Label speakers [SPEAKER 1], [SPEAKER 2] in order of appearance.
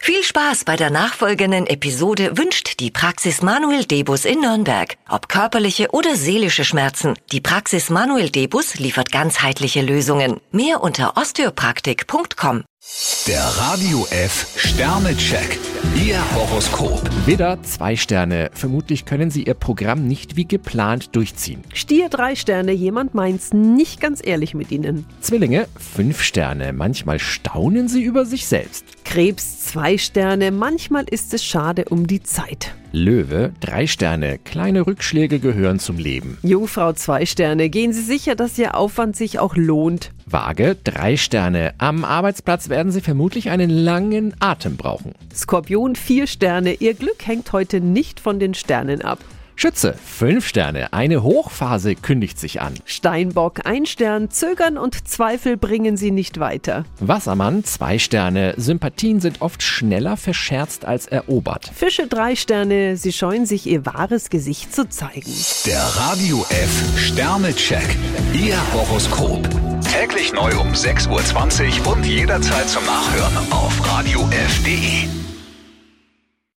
[SPEAKER 1] Viel Spaß bei der nachfolgenden Episode wünscht die Praxis Manuel Debus in Nürnberg. Ob körperliche oder seelische Schmerzen, die Praxis Manuel Debus liefert ganzheitliche Lösungen. Mehr unter osteopraktik.com.
[SPEAKER 2] Der Radio F Sternecheck. Ihr Horoskop.
[SPEAKER 3] Widder, zwei Sterne. Vermutlich können Sie Ihr Programm nicht wie geplant durchziehen.
[SPEAKER 4] Stier drei Sterne, jemand meint's nicht ganz ehrlich mit Ihnen.
[SPEAKER 3] Zwillinge, fünf Sterne. Manchmal staunen Sie über sich selbst.
[SPEAKER 4] Krebs zwei Sterne, manchmal ist es schade um die Zeit.
[SPEAKER 3] Löwe, drei Sterne. Kleine Rückschläge gehören zum Leben.
[SPEAKER 4] Jungfrau zwei Sterne, gehen Sie sicher, dass Ihr Aufwand sich auch lohnt.
[SPEAKER 3] Waage, drei Sterne. Am Arbeitsplatz werden Sie vermutlich einen langen Atem brauchen.
[SPEAKER 4] Skorpion vier Sterne, Ihr Glück hängt heute nicht von den Sternen ab.
[SPEAKER 3] Schütze, fünf Sterne. Eine Hochphase kündigt sich an.
[SPEAKER 4] Steinbock ein Stern, Zögern und Zweifel bringen Sie nicht weiter.
[SPEAKER 3] Wassermann, zwei Sterne. Sympathien sind oft schneller verscherzt als erobert.
[SPEAKER 4] Fische drei Sterne, Sie scheuen sich Ihr wahres Gesicht zu zeigen.
[SPEAKER 2] Der Radio F Sternecheck. Ihr Horoskop. Täglich neu um 6.20 Uhr und jederzeit zum Nachhören auf Radio radiof.de.